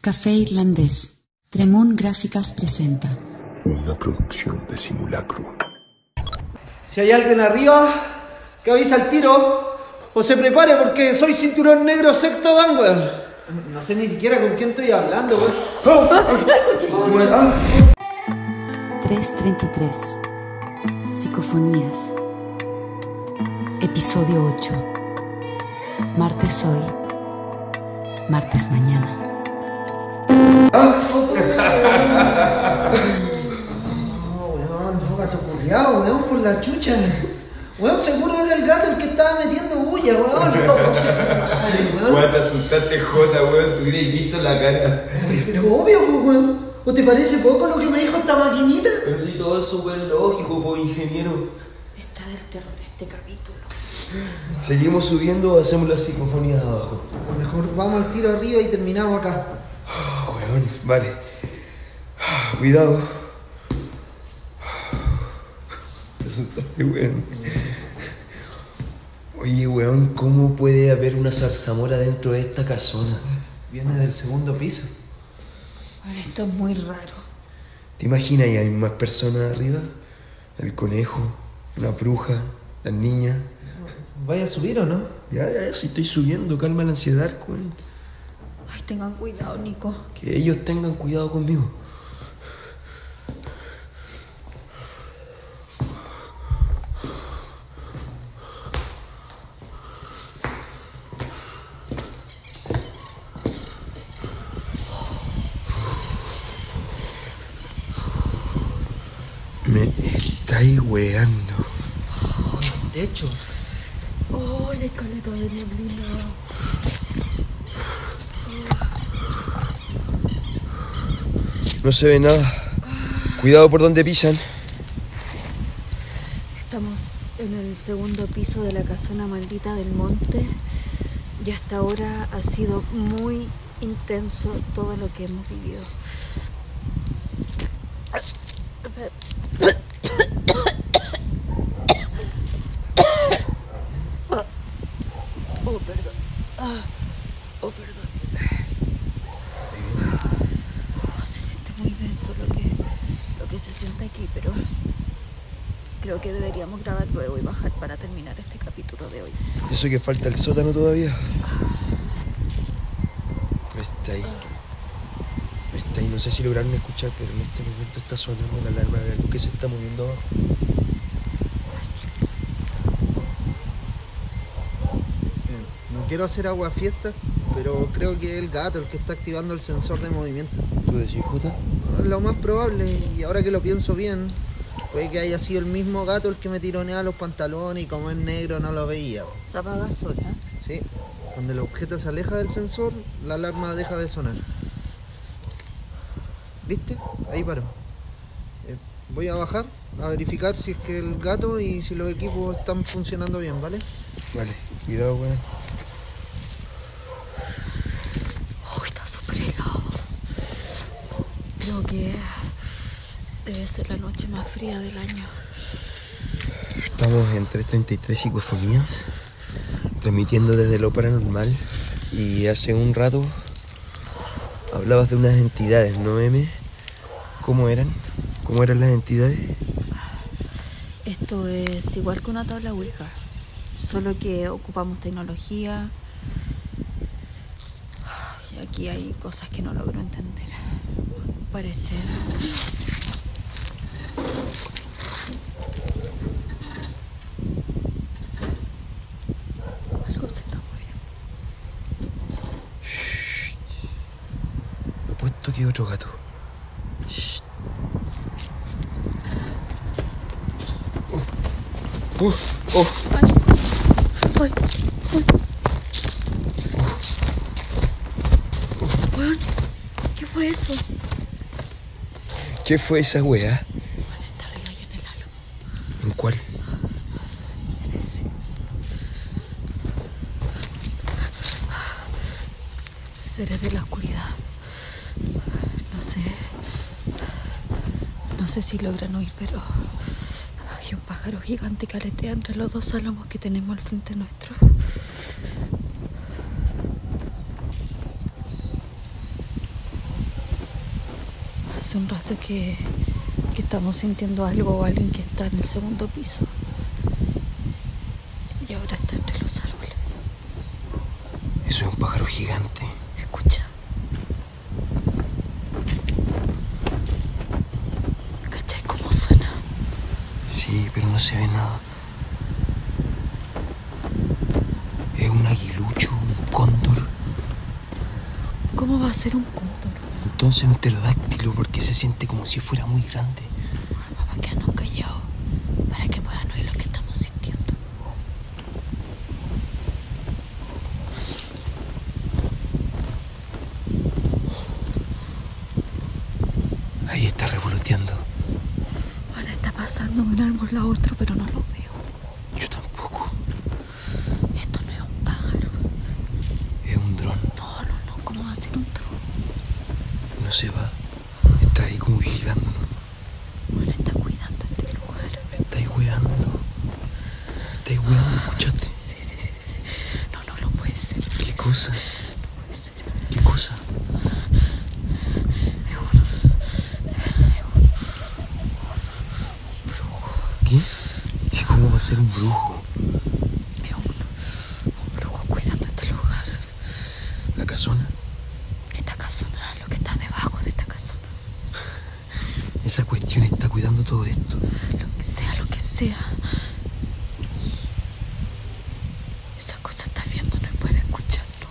Café Irlandés. Tremón Gráficas presenta. Una producción de simulacro. Si hay alguien arriba, que avise al tiro o se prepare porque soy cinturón negro sexto dan, weón. No sé ni siquiera con quién estoy hablando, weón. 333. Psicofonías. Episodio 8. Martes hoy. Martes mañana. No, weón, no, gato culiao, weón, por la chucha. Weón, seguro era el gato el que estaba metiendo bulla, weón. No, madre, weón. Weón, te asustaste, Jota, weón. Te hubierais visto la cara. Pero obvio, pues, weón. ¿O te parece poco lo que me dijo esta maquinita? Pero si todo es súper lógico, po, ingeniero. Está del terror este capítulo. Seguimos subiendo o hacemos las psicofonías abajo. A lo mejor vamos al tiro arriba y terminamos acá. Ah, weón, vale. Ah, Cuidado. Te asustaste, weón. Oye, weón, ¿cómo puede haber una zarzamora dentro de esta casona? Viene del segundo piso. Bueno, esto es muy raro. ¿Te imaginas y hay más personas arriba? El conejo, la bruja, las niñas. ¿Vaya a subir o no? Ya, ya, ya, si estoy subiendo, calma la ansiedad, weón. Ay, tengan cuidado, Nico. Que ellos tengan cuidado conmigo. Me estáis weando. Techo. Oh, la escaleta de neblina. No se ve nada. Cuidado por donde pisan. Estamos en el segundo piso de la casona maldita del monte. Y hasta ahora ha sido muy intenso todo lo que hemos vivido. Oh, perdón. Ah, Oh, perdón. No se siente muy denso lo que, lo que se siente aquí, pero creo que deberíamos grabar luego y bajar para terminar este capítulo de hoy. Eso que falta el sótano todavía. Me está Este, ahí. Me está ahí. No sé si lograron escuchar, pero en este momento está sonando la alarma de algo que se está moviendo Eh, abajo. No quiero hacer agua fiesta, pero creo que es el gato el que está activando el sensor de movimiento. ¿Tú decís, Jota? Lo más probable, y ahora que lo pienso bien, puede que haya sido el mismo gato el que me tironeaba los pantalones y como es negro no lo veía. po. Se apaga sola. Sí, cuando el objeto se aleja del sensor, la alarma deja de sonar. ¿Viste? Ahí paró. Eh, voy a bajar a verificar si es que el gato y si los equipos están funcionando bien, ¿vale? Vale, cuidado, weón. Uy, está súper helado. Creo que debe ser la noche más fría del año. Estamos en 333 psicofonías, transmitiendo desde lo paranormal. Y hace un rato hablabas de unas entidades, ¿no, M? ¿Cómo eran? ¿Cómo eran las entidades? Esto es igual que una tabla Ouija, solo que ocupamos tecnología. Y aquí hay cosas que no logro entender. Parece. Algo se está moviendo. Apuesto que otro gato. Shh. Oh, oh, oh. ¡Ay! ¡Ay! Weón, ¿Qué fue eso? ¿Qué fue esa weá? Bueno, está arriba y en el halo. ¿En cuál? Seres de la oscuridad. No sé. No sé si logran oír, pero hay un pájaro gigante que aletea entre los dos álamos que tenemos al frente nuestro. hace un rato que, que estamos sintiendo algo o alguien que está en el segundo piso. Y ahora está entre los árboles. Eso es un pájaro gigante. Escucha. ¿Cachai cómo suena? Sí, pero no se ve nada. Es un aguilucho, un cóndor. ¿Cómo va a ser un cóndor? Entonces un pterodáctilo porque se siente como si fuera muy grande. Vamos a quedarnos callados para que puedan oír lo que estamos sintiendo. Ahí está revoloteando. Ahora está pasando de un árbol a otro, pero no lo veo. Yo tampoco. Esto no es un pájaro. Es un dron. No, no, no. ¿Cómo va a ser un tronco? No se va. Está ahí como vigilándonos. Ahora está cuidando este lugar. Me estáis weando. Me estáis weando, escuchaste. Sí, sí, sí, sí. No, no, no puede ser. ¿Qué cosa? ¿Qué cosa? ¿Qué? ¿Y cómo va a ser un brujo? Es un, un brujo cuidando este lugar. ¿La casona? Esta casona, lo que está debajo de esta casona. Esa cuestión está cuidando todo esto. Lo que sea, lo que sea. Esa cosa está viéndonos y puede escucharnos.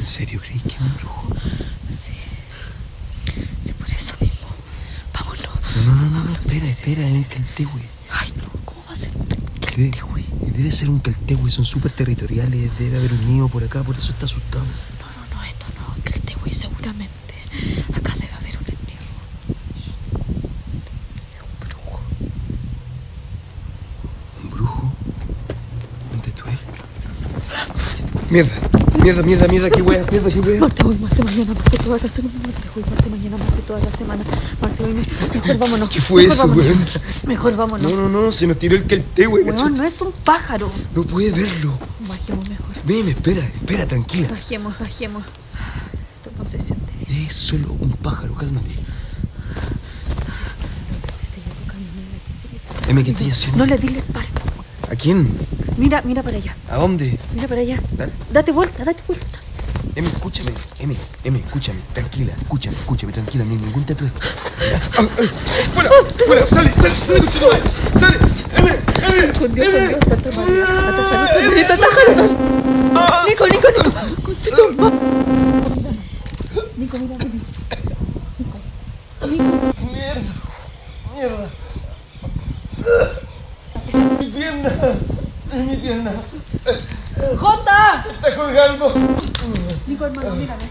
¿En serio creéis que es un brujo? Sí. Sí, por eso mismo. Vámonos. No, no, no, no, Vámonos, sí, espera, sí, espera, eh. sí, es sí. el teltegüe. Ay, no, ¿cómo va a ser un Debe, trinquete, güey? debe ser un teltegüe, son súper territoriales, debe haber un nido por acá, por eso está asustado. No, no, no, esto no, que el tehuí seguramente. Acá debe haber un entierro. Es un brujo. ¿Un brujo? ¿Un tetuel? Mierda, mierda, mierda, mierda, qué wea, mierda, qué wea. Marte hoy, Marte mañana, Marte toda la semana, Marte hoy, Marte mañana, Marte toda la semana, Marte hoy, me- mejor vámonos. ¿Qué fue mejor eso, vámonos. weón? Mejor No, vámonos. no, no, se nos tiró el teltegüe, Weón, cachete. no es un pájaro. No puede verlo. Bajemos mejor, Ven, espera, espera, tranquila. bajemos, bajemos. Esto no se siente. Es solo un pájaro, cálmate. Espérate, sigue tocando, mira, que sigue tocando. Eme, ¿qué estás haciendo? No le di la espalda. ¿A quién? Mira, mira para allá, ¿A dónde? mira para allá. Da- Date vuelta, date vuelta. Emi, escúchame. Emi, Emi, escúchame. Tranquila, escúchame, escúchame, tranquila. No hay ningún tatuaje. Ah, eh, ¡Fuera! ¡Fuera! ¡Sale! ¡Sale! ¡Sale! ¡Sale! ¡Sale! ¡Emi! ¡Emi! Ah, Con Dios, con Dios, Santa María. Atájanos, Señorita, atájanos. Nico, Nico, Nico. ah. Concha tu madre. Nico, mira, mira. Mi pierna, mi pierna, ¡Jota! está colgando. Nico, hermano, mírame.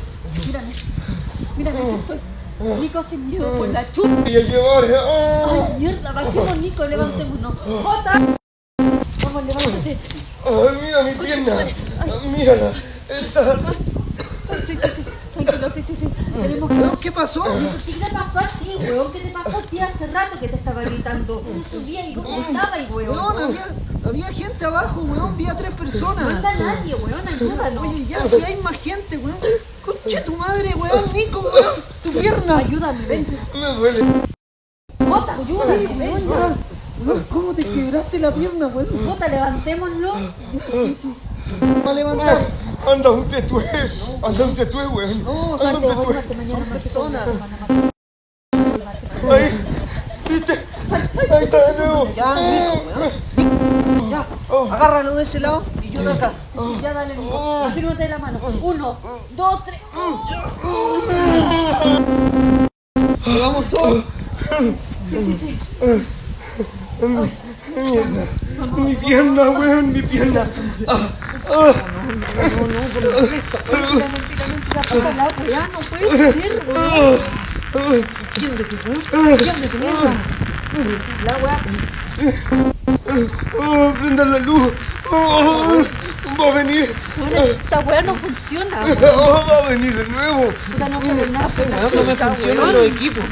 Mírame. Mírame, aquí estoy. Ah. Nico se miedo por la chupa. Y el llevar, oh, Ay, mierda, bajemos, Nico, levantémonos. Ah. ¡Jota! Vamos, levántate. oh, mira mi pierna, mírala. Está... Sí, sí, sí. Tranquilo, sí, sí, sí. Tenemos que... ¿Qué pasó? ¿Qué te pasó a ti, weón? ¿Qué te pasó a ti hace rato que te estaba gritando? Tú subías y no te gritaba y Weón, weón. había, había gente abajo, weón, vi a tres No personas. está nadie, weón, ayúdanos. Oye, ya si hay más gente, weón. Conche tu madre, weón, Nico, weón, tu pierna. Ayúdame, ven. Me duele. Jota, Sí, ayúdame, weón, ven. ya. Weón, ¿cómo te quebraste la pierna, weón? Jota, levantémoslo. Va a levantar. Anda un tetué, anda un tetué, weón. No, Anda un tetué. Marte, mañana, Marte, toda la personas. semana, Marte. Ahí, viste, ahí está de nuevo. Eh, Oh. Ya, Nico, weón. Ya, agárralo de ese lado y yo de acá. Sí, sí, ya dale, Nico. Afírmate de la mano. Uno, dos, tres. Vamos todos. Mi pierna, weón, mi pierna. Mentira, mentira, mentira. Jota, la weón, no puede ser, weón. Siéntete, weón. Siéntete, mierda. La weón. Oh, prendan la luz. Oh, va a venir, Weón, Esta weón no funciona. oh, va a venir de nuevo. Puta, no se nada por la chucha, weón. los equipos.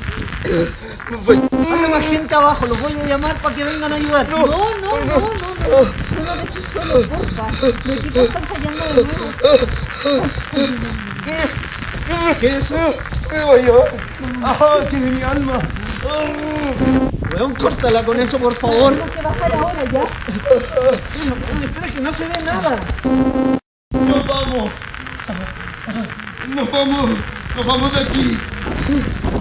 Hay más gente abajo, los voy a llamar para que vengan a ayudar. No, no, no, no, no, no, no dejes solo, porfa. Los equipos están fallando de nuevo. ¿Qué es eso? Me voy a llevar. ¡Ah, tiene mi alma! Weón, córtala con eso, por favor. Tengo que bajar ahora ya. Espera, que no se ve nada. ¡Nos vamos! ¡Nos vamos! ¡Nos vamos de aquí!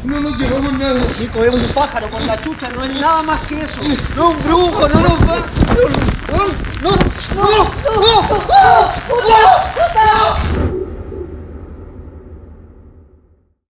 ¡No nos llevamos nada! Nico, es un pájaro con la chucha, no es nada más que eso. No es un brujo, no nos va. ¡No! ¡No! ¡No! ¡No! ¡No!